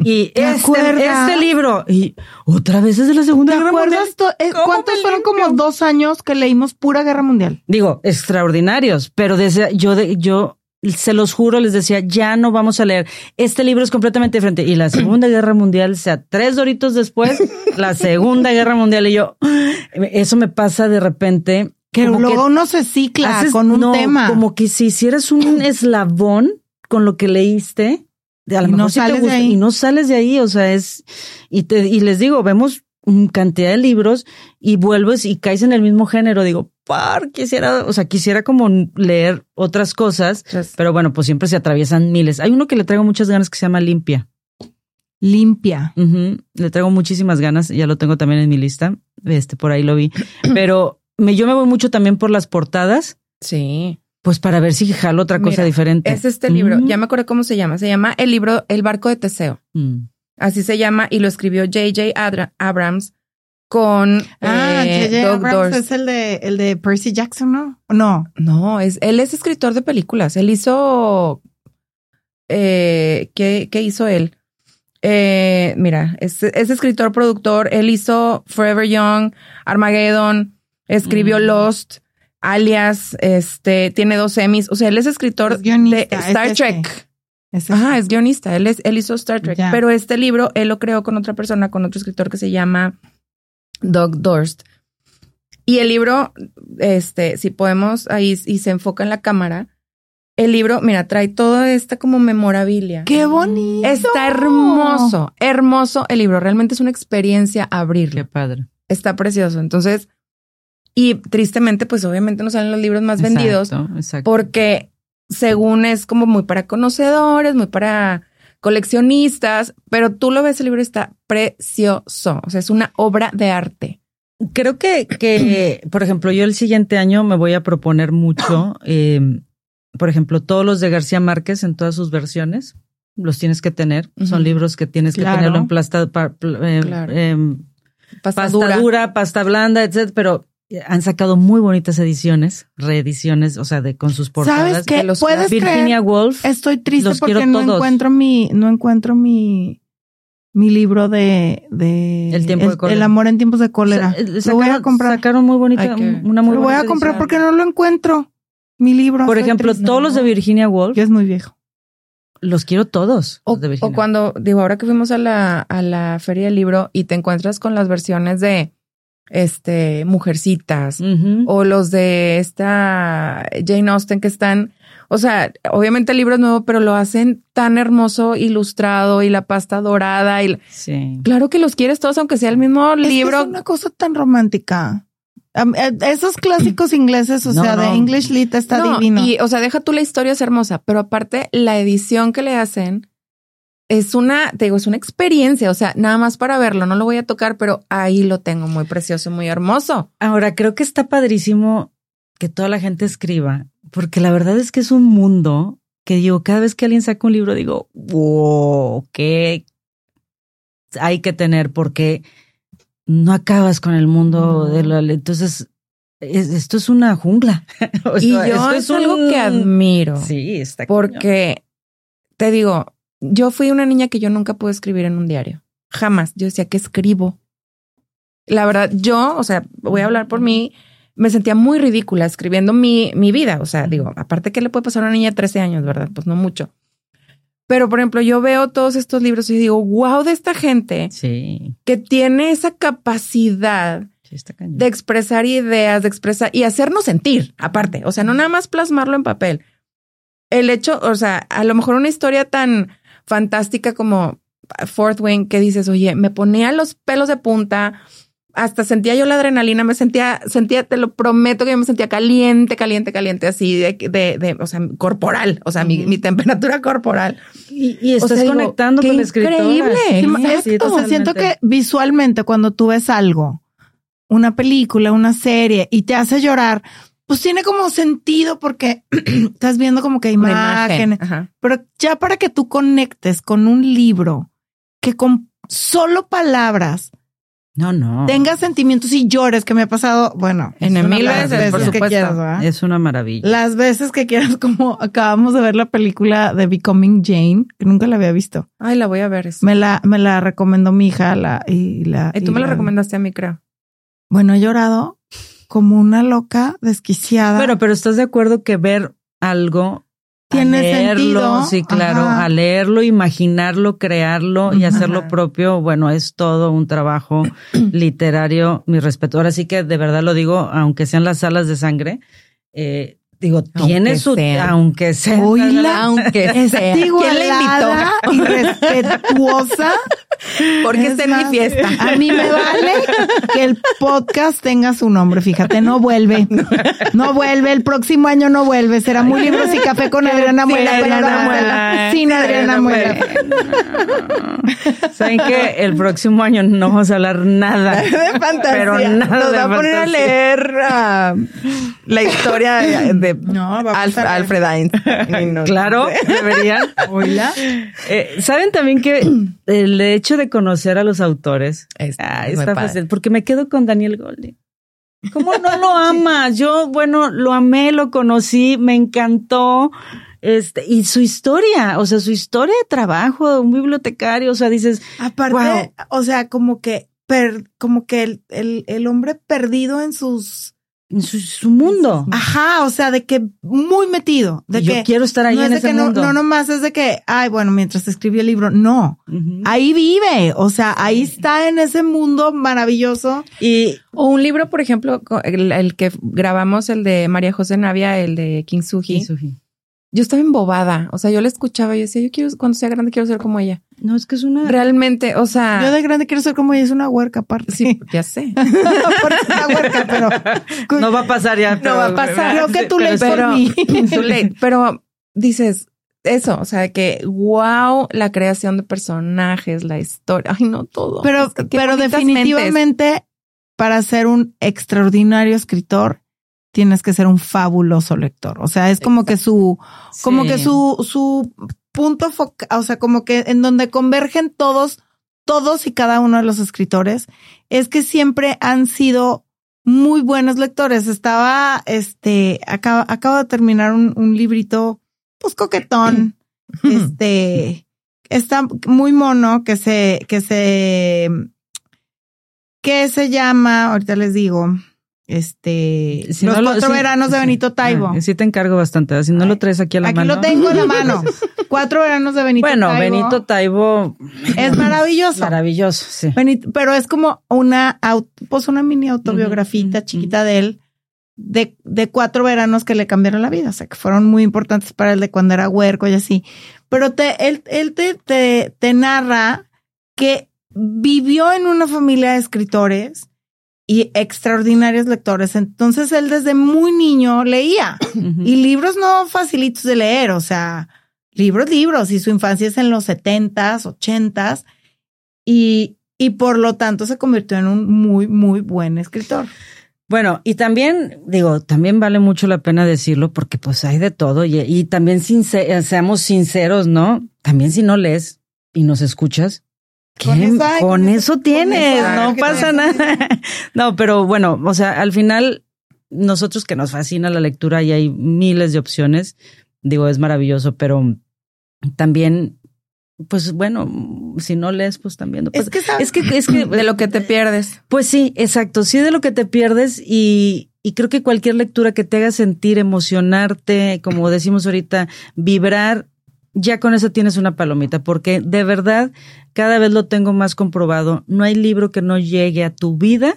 Y
¿Te acuerdas?
este, este libro, y otra vez es de la
¿Te
Segunda Guerra Mundial.
acuerdas? to- eh,
¿Cómo
¿Cuántos
me
fueron
limpio?
como dos años que leímos pura guerra mundial?
digo, extraordinarios, pero desde, yo, de- yo se los juro, les decía, ya no vamos a leer. Este libro es completamente diferente. Y la Segunda Guerra Mundial, o sea, tres doritos después, la Segunda Guerra Mundial. Y yo, eso me pasa de repente.
Que
como
luego uno se cicla
haces-
con un
no,
tema.
Como que si hicieras un eslabón con lo que leíste, de a lo
Y no
mejor sí te
sales de
gusta,
ahí.
y no sales de ahí, o sea, es, y te, y les digo, vemos un cantidad de libros y vuelves y caes en el mismo género, digo, par, quisiera, o sea, quisiera como leer otras cosas,
Entonces,
pero bueno, pues siempre se atraviesan miles. Hay uno que le traigo muchas ganas que se llama Limpia.
Limpia.
Ujú, Le traigo muchísimas ganas, ya lo tengo también en mi lista, este, por ahí lo vi, pero me, yo me voy mucho también por las portadas.
sí.
Pues para ver si jalo otra cosa
Mira,
diferente.
Es este libro,
Mm,
ya me acuerdo cómo se llama. Se llama el libro El barco de Teseo.
mm.
Así se llama y lo escribió J.J. Adra- Abrams con
Ah,
eh,
J.J.
Doug
Abrams
Dorst.
es el de, el de Percy Jackson, ¿no? No.
No, es, él es escritor de películas. Él hizo. Eh, ¿qué, qué hizo él? Eh, mira, es, es escritor, productor. Él hizo Forever Young, Armageddon, escribió
Mm.
Lost, alias, este, tiene dos Emmys. O sea, él es escritor
Es guionista,
de Star
es este.
Trek.
Es el-
Ajá, es guionista. Él, es, él hizo Star Trek.
Ya.
Pero este libro él lo creó con otra persona, con otro escritor que se llama Doug Dorst. Y el libro, este, si podemos, ahí y se enfoca en la cámara. El libro, mira, trae toda esta como memorabilia.
¡Qué bonito!
Está hermoso, hermoso el libro. Realmente es una experiencia
Qué
abrirlo.
padre.
Está precioso. Entonces, y tristemente, pues obviamente no salen los libros más vendidos,
Exacto, exacto.
porque según es como muy para conocedores, muy para coleccionistas, pero tú lo ves, el libro está precioso, o sea, es una obra de arte.
Creo que, que, por ejemplo, yo el siguiente año me voy a proponer mucho, eh, por ejemplo, todos los de García Márquez en todas sus versiones, los tienes que tener.
Ujú.
Son libros que tienes
Claro.
que tenerlo en plasta, pa- pl- eh,
Claro.
eh,
Pasta
pasta
dura.
dura, pasta blanda, etcétera, pero han sacado muy bonitas ediciones, reediciones, o sea, de con sus portadas.
¿Sabes qué?
de los-
¿Puedes
Virginia Woolf.
creer? Estoy triste
Los
porque
quiero
no
todos.
encuentro mi, no encuentro mi, mi libro de, de
El tiempo de cólera.
el amor en tiempos de cólera.
Sa- eh,
lo voy a
sacaron-
comprar.
Sacaron muy bonita,
Hay que-
una muy
Lo voy a
bonita
comprar
edición.
porque no lo encuentro. Mi libro.
Por
estoy
ejemplo,
triste.
todos los de Virginia Woolf,
Ya es muy viejo.
los quiero todos.
O,
los de
o
Virginia.
cuando, digo, ahora que fuimos a la, a la feria del libro y te encuentras con las versiones de este mujercitas
Ujú.
o los de esta Jane Austen que están, o sea, obviamente el libro es nuevo, pero lo hacen tan hermoso, ilustrado y la pasta dorada y
Sí.
claro que los quieres todos, aunque sea el mismo
Es que
libro.
es una cosa tan romántica. Am- eh, Esos clásicos ingleses, o
No,
sea, de
no.
English Lit está
No,
divino.
Y, o sea, deja tú la historia es hermosa, pero aparte la edición que le hacen es una, te digo, es una experiencia, o sea, nada más para verlo, no lo voy a tocar, pero ahí lo tengo muy precioso, muy hermoso.
Ahora, creo que está padrísimo que toda la gente escriba, porque la verdad es que es un mundo que digo, cada vez que alguien saca un libro, digo, wow, qué hay que tener, porque no acabas con el mundo
No.
de la. Entonces, es- esto es una jungla. O
y
sea,
yo
Pues esto
es, algo
un-
que admiro,
Sí, está cañón.
porque te digo, yo fui una niña que yo nunca pude escribir en un diario, jamás. Yo decía que escribo. La verdad, yo, o sea, voy a hablar por mí, me sentía muy ridícula escribiendo mi, mi vida. O sea, digo, aparte, ¿qué le puede pasar a una niña de 13 años, verdad? Pues no mucho. Pero, por ejemplo, yo veo todos estos libros y digo, wow, de esta gente
Sí,
que tiene esa capacidad
sí, está cañón.
de expresar ideas, de expresar y hacernos sentir, aparte, o sea, no nada más plasmarlo en papel. El hecho, o sea, a lo mejor una historia tan fantástica como ah, Fourth Wing que dices, oye, me ponía los pelos de punta, hasta sentía yo la adrenalina, me sentía, sentía, te lo prometo que yo me sentía caliente, caliente, caliente, así de, de, de o sea, corporal, o sea, mi,
Ujú.
mi temperatura corporal.
y, y
o
estás
sea, digo,
conectando
qué
con la escritora.
increíble.
Sí,
Exacto.
sí,
o sea, siento
totalmente.
que visualmente cuando tú ves algo, una película, una serie y te hace llorar, pues tiene como sentido porque estás viendo como que
Una
imágenes.
Ajá.
Pero ya para que tú conectes con un libro que con solo palabras
No, no.
tengas sentimientos y llores, que me ha pasado, bueno,
Ah. En
es una
mil
de las
veces, por
veces que
supuesto.
quieras, ¿verdad?
Es una maravilla.
Las veces que quieras, como acabamos de ver la película de Becoming Jane, que nunca la había visto.
Ay, la voy a ver. esa.
Me la, me la recomendó mi hija la, y la.
Y Eh, tú me la recomendaste a mí, creo.
Bueno, he llorado como una loca desquiciada.
Bueno, pero estás de acuerdo que ver algo
Tiene
a leerlo,
sentido.
sí, claro,
Ajá.
a leerlo, imaginarlo, crearlo y
Ujú.
hacerlo propio, bueno, es todo un trabajo literario, mi respeto. Ahora sí que de verdad lo digo, aunque sean las salas de sangre, eh, digo, tiene
Aunque
su,
sean.
aunque sea,
Oíla.
Aunque sea.
Estigualada y respetuosa.
Porque
Es
está en mi
más,
fiesta.
A mí me vale que el podcast tenga su nombre. Fíjate, no vuelve. No vuelve. El próximo año no vuelve. Será muy libros y café con Adriana Muela. pero
Adriana
ahora va a ser
Muela.
la- Sin Adriana Muela.
saben que el próximo año no vamos a hablar nada,
de fantasía.
pero nada
Nos
de
va a poner a
fantasía.
leer ah, la historia de, de
No, va a
Alf-
pasar.
Alfred Einstein. No
Claro,
sé.
deberían.
Hola.
Eh, Saben también que el hecho de conocer a los autores
Es
Ah,
muy
está
padre.
fácil, porque me quedo con Daniel Golding. ¿Cómo no lo amas? Yo, bueno, lo amé, lo conocí, me encantó. Este, y su historia, o sea, su historia de trabajo de un bibliotecario, o sea, dices,
Aparte,
Wow.
o sea, como que per- como que el, el- el hombre perdido en sus.
en su, su mundo.
Ajá, o sea, de que muy metido. De
Y yo
que
quiero estar ahí
no es
en
de
ese
que no,
mundo.
no nomás es de que, ay, bueno, mientras escribí el libro, no.
Ujú.
Ahí vive, o sea, ahí está en ese mundo maravilloso.
Y
O un libro, por ejemplo, co- el, el que grabamos, el de María José Navia, el de Kintsugi.
Kintsugi.
Yo estaba embobada. O sea, yo la escuchaba y decía, yo quiero, cuando sea grande, quiero ser como ella.
No, es que es
Ah.
una.
Realmente, o sea.
Ah.
Yo de grande quiero ser como ella, es una huerca aparte.
Sí, ya sé.
Porque es una huerca, pero
No va a pasar ya. pero-
va a pasar.
creo que tú
Pero
lees
sí.
por
pero-
mí.
Too late. Pero dices eso, o sea, que wow, la creación de personajes, la historia, ay, no todo.
Pero,
Es que qué
pero
bonitas mentes.
definitivamente, para ser un extraordinario escritor, tienes que ser un fabuloso lector. O sea, es como que su, como
Sí.
que su, su punto focal, o sea, como que en donde convergen todos, todos y cada uno de los escritores, es que siempre han sido muy buenos lectores. Estaba, este, acabo, acabo de terminar un, un librito, pues coquetón, este, está muy mono que se, que se, que se llama, ahorita les digo, este,
Si
Los
no lo-
Cuatro
sí.
Veranos de Benito Taibo.
Ah, sí te encargo bastante. Si no
Ay.
lo traes aquí a la
Aquí
mano.
lo tengo en la mano. Cuatro Veranos de Benito
bueno,
Taibo.
Benito Taibo,
Es maravilloso.
maravilloso, sí.
Benito- pero es como una, aut- pues una mini autobiografita
ujú,
chiquita de él, de, de cuatro veranos que le cambiaron la vida, o sea, que fueron muy importantes para él de cuando era huerco y así. Pero te, él, él te, te, te narra que vivió en una familia de escritores y extraordinarios lectores. Entonces él desde muy niño leía.
Ujú.
Y libros no facilitos de leer, o sea, libros, libros, y su infancia es en los 70s, 80s, y, y por lo tanto se convirtió en un muy, muy buen escritor.
Bueno, y también, digo, también vale mucho la pena decirlo porque pues hay de todo y, y también since- eh, seamos sinceros, ¿no? También si no lees y nos escuchas, ¿qué?
Con
Con,
eso hay, con eso-
eso, tienes,
con eso hay,
no
que
pasa
tenemos.
nada. No, pero bueno, o sea, al final, nosotros que nos fascina la lectura y hay miles de opciones, digo, es maravilloso, pero también, pues bueno, si no lees, pues también. no
Es
pasa-
que, ¿sabes?
es que, es que
De lo que te pierdes.
pues sí, exacto. Sí, de lo que te pierdes y, y creo que cualquier lectura que te haga sentir, emocionarte, como decimos ahorita, vibrar, ya con eso tienes una palomita, porque de verdad cada vez lo tengo más comprobado. No hay libro que no llegue a tu vida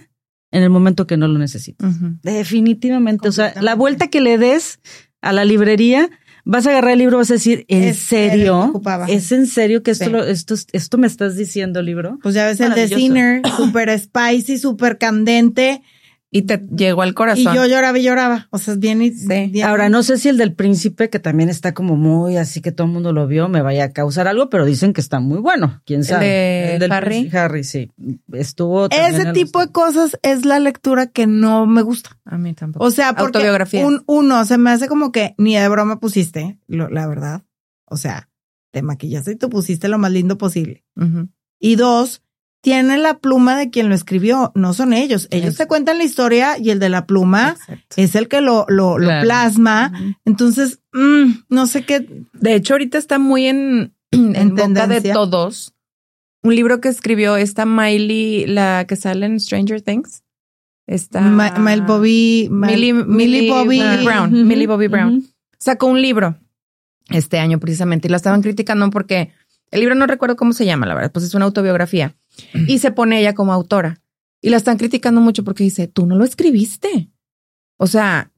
en el momento que no lo necesites. Definitivamente. O sea, la
Completamente.
vuelta que le des a la librería, vas a agarrar el libro, vas a decir, ¿en
Es- era lo que
serio?
ocupaba".
¿Es en serio que esto,
Sí.
lo- esto, esto me estás diciendo, libro?
Pues ya ves el de
Maravilloso.
Sinner, súper spicy, súper candente,
Y te llegó al
y
corazón.
yo lloraba y lloraba, o sea, es bien, y-
Sí.
bien-
Ahora, no sé si el del príncipe, que también está como muy así que todo el mundo lo vio, me vaya a causar algo, pero dicen que está muy bueno. ¿Quién sabe?
de Harry?
príncipe Harry, sí. Estuvo. también en
Ese
los-
tipo de cosas es la lectura que no me gusta.
A mí tampoco.
O sea, porque
Autobiografías.
un uno se me hace como que ni de broma pusiste, lo- la verdad. O sea, te maquillaste y tú pusiste lo más lindo posible.
Ujú.
Y dos, tiene la pluma de quien lo escribió, no son ellos. Ellos
Es-
te cuentan la historia y el de la pluma
Exacto.
es el que lo, lo, lo
Claro.
plasma. Entonces, mm, no sé qué.
De hecho, ahorita está muy en, en,
En
boca de
tendencia.
todos. Un libro que escribió esta Miley, la que sale en Stranger Things. Está
Ma- Mal Bobby, Mal-
Millie- Millie
Millie Bobby.
Brown.
Ujú,
Millie Bobby Brown.
ujú.
Sacó un libro este año precisamente y lo estaban criticando porque el libro no recuerdo cómo se llama, la verdad, pues es una autobiografía. Y se pone ella como autora. Y la están criticando mucho porque dice, tú no lo escribiste. O sea,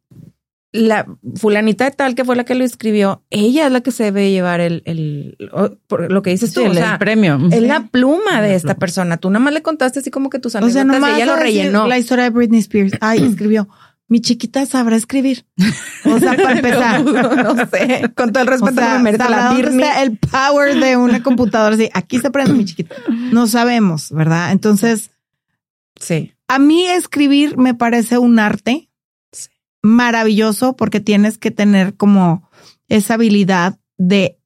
la fulanita de tal que fue la que lo escribió, ella es la que se debe llevar el, el- o- por lo que dices
Sí,
tú. o
el, el
sea,
premio.
es la pluma de
La
esta
pluma.
persona. Tú nada más le contaste así como que tus
O sea,
anécdotas y
nomás
ella lo
a decir
rellenó.
La historia de Britney Spears. Ay, escribió. Mi chiquita sabrá escribir. O sea, para empezar.
no sé. Con todo el
O
respeto
sea,
que me merece
¿sabrá
la
dónde
Birni.
está el power de una computadora? Sí, aquí se prende mi chiquita. No sabemos, ¿verdad? Entonces,
Sí.
a mí escribir me parece un arte
Sí.
maravilloso porque tienes que tener como esa habilidad de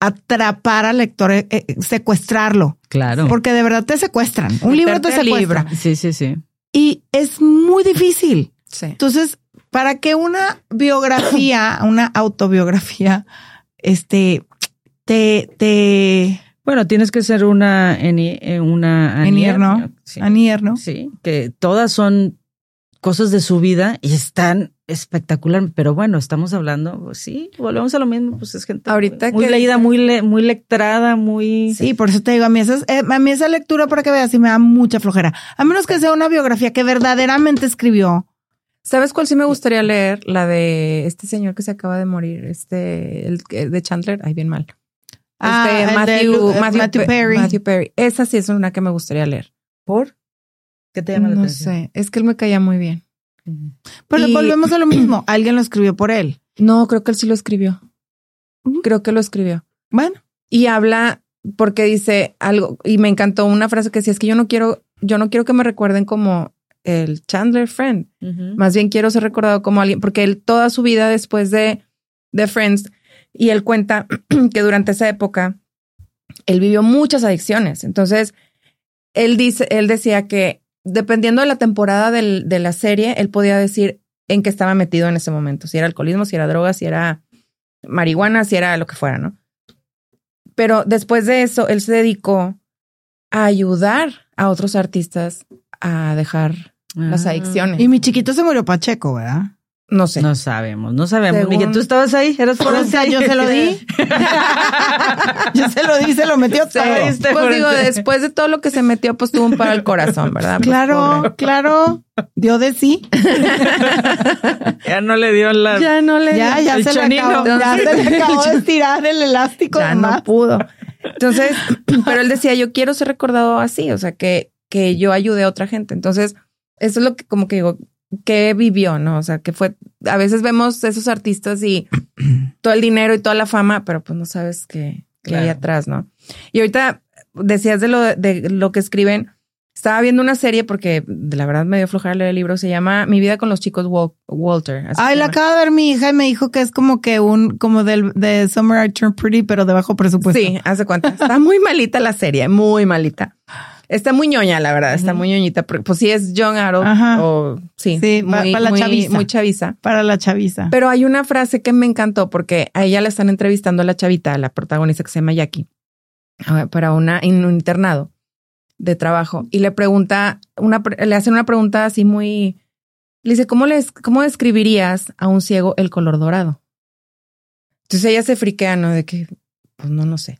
atrapar al lector, eh, eh, secuestrarlo,
Claro.
porque de verdad te secuestran. Un libro te
Meterte al libro.
secuestra.
Sí, sí, sí.
Y es muy difícil.
Sí.
Entonces, para que una biografía, una autobiografía, este, te, te,
Bueno, tienes que ser una. eni- eh, una
Enier, ¿no?
Sí.
Anier, ¿no?
Sí, que todas son cosas de su vida y están espectacular, pero bueno, estamos hablando, pues sí, volvemos a lo mismo, pues es gente
Ahorita
muy
que-
leída, muy le- muy lectrada, muy
Sí, por eso te digo, a mí, esas, eh, a mí esa lectura, para que veas, sí me da mucha flojera. A menos que sea una biografía que verdaderamente escribió.
¿Sabes cuál sí me gustaría leer? La de este señor que se acaba de morir, este, el que- de Chandler, ay, bien mal.
Ah,
Este,
el de
Matthew,
Lu- eh,
Matthew
Matthew
Pe-
Perry.
Matthew Perry. Esa sí es una que me gustaría leer.
por ¿Qué te llama la
No
atención?
sé, es que él me caía muy bien.
Pero
Y-
volvemos a lo mismo, alguien lo escribió por él.
No, creo que él sí lo escribió.
Ujú.
Creo que lo escribió.
Bueno,
y habla porque dice algo y me encantó una frase que decía es que yo no quiero yo no quiero que me recuerden como el Chandler Friend
Ujú.
más bien quiero ser recordado como alguien porque él toda su vida después de de Friends y él cuenta que durante esa época él vivió muchas adicciones entonces él dice él decía que dependiendo de la temporada del- de la serie, él podía decir en qué estaba metido en ese momento, si era alcoholismo, si era droga, si era marihuana, si era lo que fuera, ¿no? Pero después de eso, él se dedicó a ayudar a otros artistas a dejar las
Ah.
adicciones.
Y mi chiquito se murió Pacheco, ¿verdad?
no sé.
No sabemos, no sabemos.
Según-
Miguel, tú estabas ahí, eras por
O sea, yo se lo di. yo se lo di, se lo metió
Sí,
todo.
Ahí está,
pues digo,
Florencia.
después de todo lo que se metió, pues tuvo un paro al corazón, ¿verdad? Pues, pobre.
Claro, claro. Dio de sí.
Ya no le dio la.
Ya no le
Ya, ya
El
se, le
chonino.
acabó, ya se le acabó de estirar el elástico.
ya
nomás.
no pudo. Entonces, pero él decía, yo quiero ser recordado así, o sea, que, que yo ayude a otra gente. Entonces, eso es lo que como que digo, que vivió, ¿no? O sea, que fue, a veces vemos esos artistas y todo el dinero y toda la fama, pero pues no sabes qué, qué hay
Claro.
atrás, ¿no? Y ahorita decías de lo, de lo que escriben. Estaba viendo una serie porque de la verdad me dio flojera leer el libro. Se llama Mi vida con los chicos Wal- Walter. así
Ay,
se llama.
la acaba de ver mi hija y me dijo que es como que un, como del, de Summer I Turned Pretty, pero de bajo presupuesto.
Sí, hace cuenta. Está muy malita la serie, muy malita. Está muy ñoña, la verdad, está muy ñoñita. porque, Pues sí es John Arrow
Ajá.
o sí,
Sí, pa-
muy,
pa' la
muy-
chaviza.
muy chaviza.
Para la chaviza.
Pero hay una frase que me encantó porque a ella la están entrevistando a la chavita, a la protagonista que se llama Jackie, a- para una, en un internado de trabajo. Y le pregunta, una, pre- le hacen una pregunta así muy... Le dice, ¿cómo, les, ¿cómo describirías a un ciego el color dorado? Entonces ella se friquea, ¿no? De que, pues no, no sé.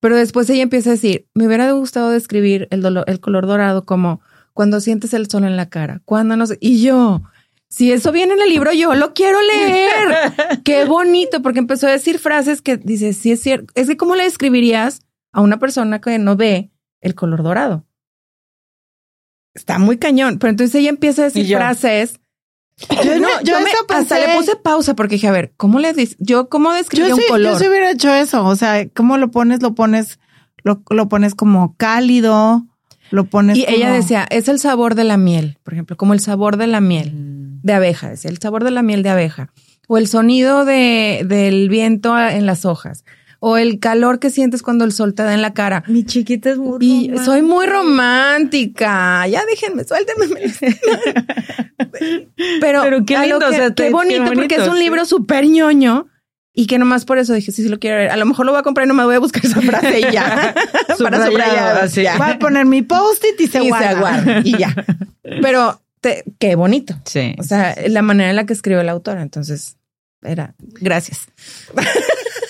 Pero después ella empieza a decir, me hubiera gustado describir el, dolo- el color dorado como cuando sientes el sol en la cara, cuando no sé. Y yo, si eso viene en el libro, yo lo quiero leer. Qué bonito, porque empezó a decir frases que dice, sí es cierto. Es que, ¿cómo le describirías a una persona que no ve el color dorado? Está muy cañón. Pero entonces ella empieza a
Y
decir
yo.
frases.
yo, no, yo,
me-
eso
hasta
pensé.
le puse pausa porque dije, a ver, ¿cómo le dices? Yo, ¿cómo describí
yo,
un
sí,
color?
yo sí hubiera hecho eso. O sea, ¿cómo lo pones? Lo pones, lo, lo pones como cálido, lo pones
Y ella
como-
decía, es el sabor de la miel, por ejemplo, como el sabor de la miel
Mm.
de abeja, decía, el sabor de la miel de abeja, o el sonido de, del viento en las hojas, o el calor que sientes cuando el sol te da en la cara.
Mi chiquita es muy.
Y
romántica.
soy muy romántica, ya déjenme, suéltenme. Pero,
Pero qué
a
lindo,
lo que-
o sea,
qué
te- qué
bonito, porque
bonito,
es un
sí.
libro súper ñoño. Y que nomás por eso dije, sí, sí lo quiero ver. A lo mejor lo voy a comprar y nomás voy a buscar esa frase y ya. para
Subrayado,
subrayar.
así.
"Ah, ya
Voy a poner mi post-it y se
y
guarda.
se aguarda y ya. Pero te- qué bonito.
Sí.
O sea, la manera en la que escribió la autora. Entonces, era, gracias.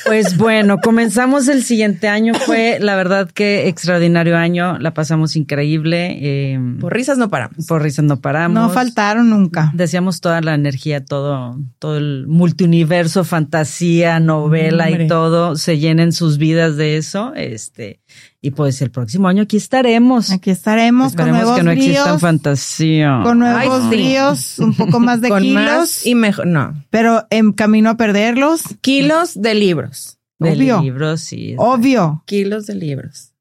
Pues bueno, comenzamos el siguiente año. Fue la verdad que extraordinario año. La pasamos increíble. eh,
Por risas no paramos.
por risas no paramos.
No faltaron nunca.
Decíamos toda la energía, todo, todo el multiuniverso, fantasía, novela
Hombre.
y todo, se llenen sus vidas de eso. Este, y pues el próximo año aquí estaremos.
Aquí estaremos
Esperemos
con nuevos
que no existan
bríos,
fantasía.
con nuevos
Ay, sí.
bríos, un poco más de
Con
kilos,
más y mejor. No,
pero en camino a perderlos,
kilos de libros.
de
obvio.
libros sí.
obvio.
Kilos de libros.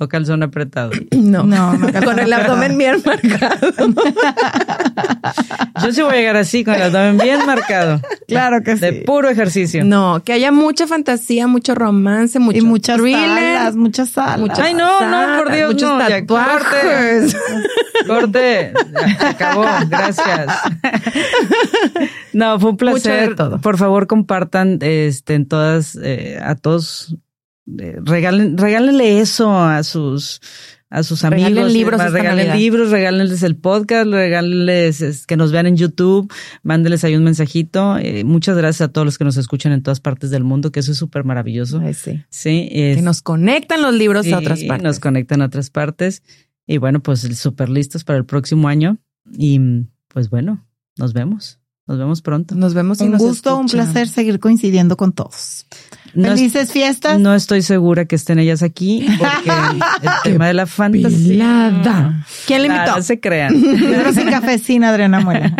O calzón apretado.
No.
No, no
Con el abdomen bien marcado.
Yo sí voy a llegar así, con el abdomen bien marcado.
Claro que
De
sí.
puro ejercicio.
No, que haya mucha fantasía, mucho romance, mucho
y muchas
thriller,
salas, muchas salas.
muchas
Ay, no, no, por
pasadas,
Dios,
muchos
no, ya,
tatuajes.
Corte, Ya, se acabó, gracias. No, fue un placer.
Mucho de todo.
Por favor, compartan este, en todas, eh, a todos, eh, regalen, regálenle eso a sus a sus amigos,
Regalen libros
más,
esta
regalen
Navidad.
libros, regálenles el podcast, regálenles es, que nos vean en YouTube, mándenles ahí un mensajito. Eh, muchas gracias a todos los que nos escuchan en todas partes del mundo, que eso es súper maravilloso.
Ay, sí.
Sí,
Que
es-
nos conectan los libros a otras
Sí,
partes.
Nos conectan a otras partes. Y bueno, pues súper listos para el próximo año. Y pues bueno, nos vemos. Nos vemos pronto.
Nos vemos y
un
nos
gusto, un
escuchamos.
placer seguir coincidiendo con todos.
No, es-
Felices fiestas.
no estoy segura que estén ellas aquí porque el tema de la fantasía.
Pelada. ¿Quién le
Nada,
invitó?
no se crean.
Libros sin café sin Adriana Muela.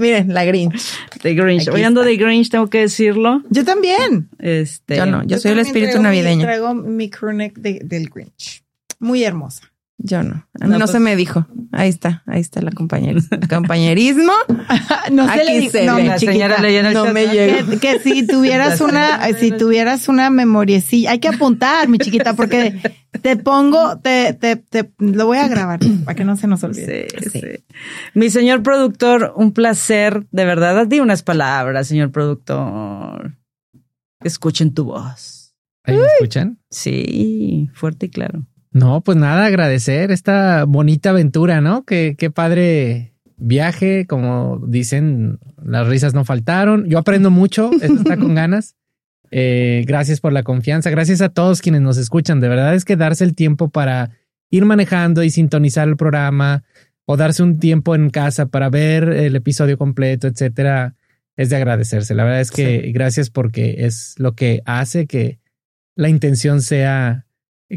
Miren, la Grinch.
The Grinch.
Aquí
Hoy ando de Grinch, tengo que decirlo.
Yo también.
Este,
Yo no, yo, soy el
también
espíritu
traigo mi-
navideño.
traigo mi crew neck de- del Grinch. Muy hermosa.
Yo no. A mí
No,
no,
pues-
se me dijo. Ahí está, ahí está la compañerismo. compañerismo.
No se
Aquí
le dice,
Ah, se
no,
ve.
mi
La
chiquita,
señora "Ah, leyó en el
no
chat,
me
¿no?
llegó. que, que si tuvieras
La
una, eh,
señora
si
leyó.
tuvieras una memoriecilla, hay que apuntar, mi chiquita, porque te pongo, te, te, te- lo voy a grabar para que no se nos olvide.
Sí, sí. Mi señor productor, un placer, de verdad. Di unas palabras, señor productor. Escuchen tu voz.
¿Ahí me escuchan?
Sí, fuerte y claro.
No, pues nada, agradecer esta bonita aventura, ¿no? Qué, qué padre viaje, como dicen, las risas no faltaron. Yo aprendo mucho, esto está con ganas. Eh, gracias por la confianza, gracias a todos quienes nos escuchan. De verdad es que darse el tiempo para ir manejando y sintonizar el programa o darse un tiempo en casa para ver el episodio completo, etcétera, es de agradecerse. La verdad es que gracias porque es lo que hace que la intención sea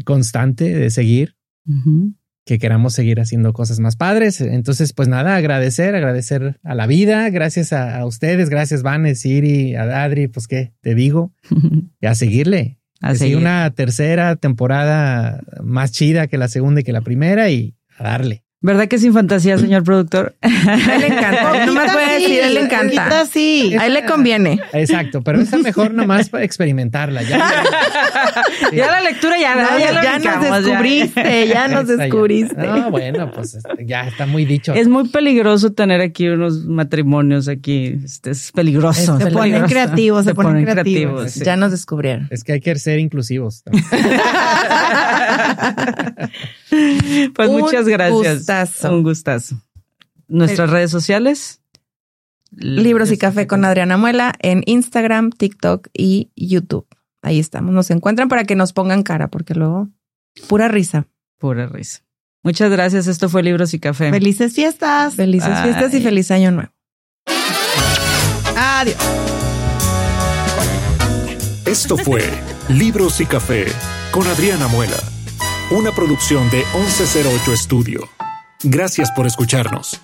constante de seguir,
Ujú.
que queramos seguir haciendo cosas más padres. Entonces, pues nada, agradecer, agradecer a la vida, gracias a, a ustedes, gracias Vanes, Siri, a Adri, pues qué, te digo, y a seguirle.
A
Que siga
seguir.
una tercera temporada más chida que la segunda y que la primera y a darle.
¿Verdad que sin fantasía, señor productor?
A él le encanta. No me
Poquita
puede
sí,
decir, a él le encanta.
poquita sí.
A él le conviene.
Exacto, pero esa mejor nomás para experimentarla. Ya, Sí.
Ya la lectura ya,
No,
ya,
ya,
lo
nos
brincamos, ya.
descubriste, ya, nos
Esta ya.
descubriste.
No, bueno, pues este, ya está muy dicho.
Es muy peligroso tener aquí unos matrimonios aquí. Este, es peligroso.
Se
es
ponen
peligroso.
creativos, se ponen creativos.
sí.
Ya nos descubrieron.
Es que hay que ser inclusivos. también.
Pues
Un
muchas gracias.
gustazo.
Un gustazo. Nuestras redes sociales. Este,
Libros y café con Adriana Muela en Instagram, TikTok y YouTube. Ahí estamos. Nos encuentran para que nos pongan cara, porque luego pura risa.
Pura risa. Muchas gracias. Esto fue Libros y Café.
Felices fiestas.
Felices
Bye.
fiestas y feliz año nuevo.
Adiós.
Esto fue Libros y Café con Adriana Muela, una producción de 1108 Estudio. Gracias por escucharnos.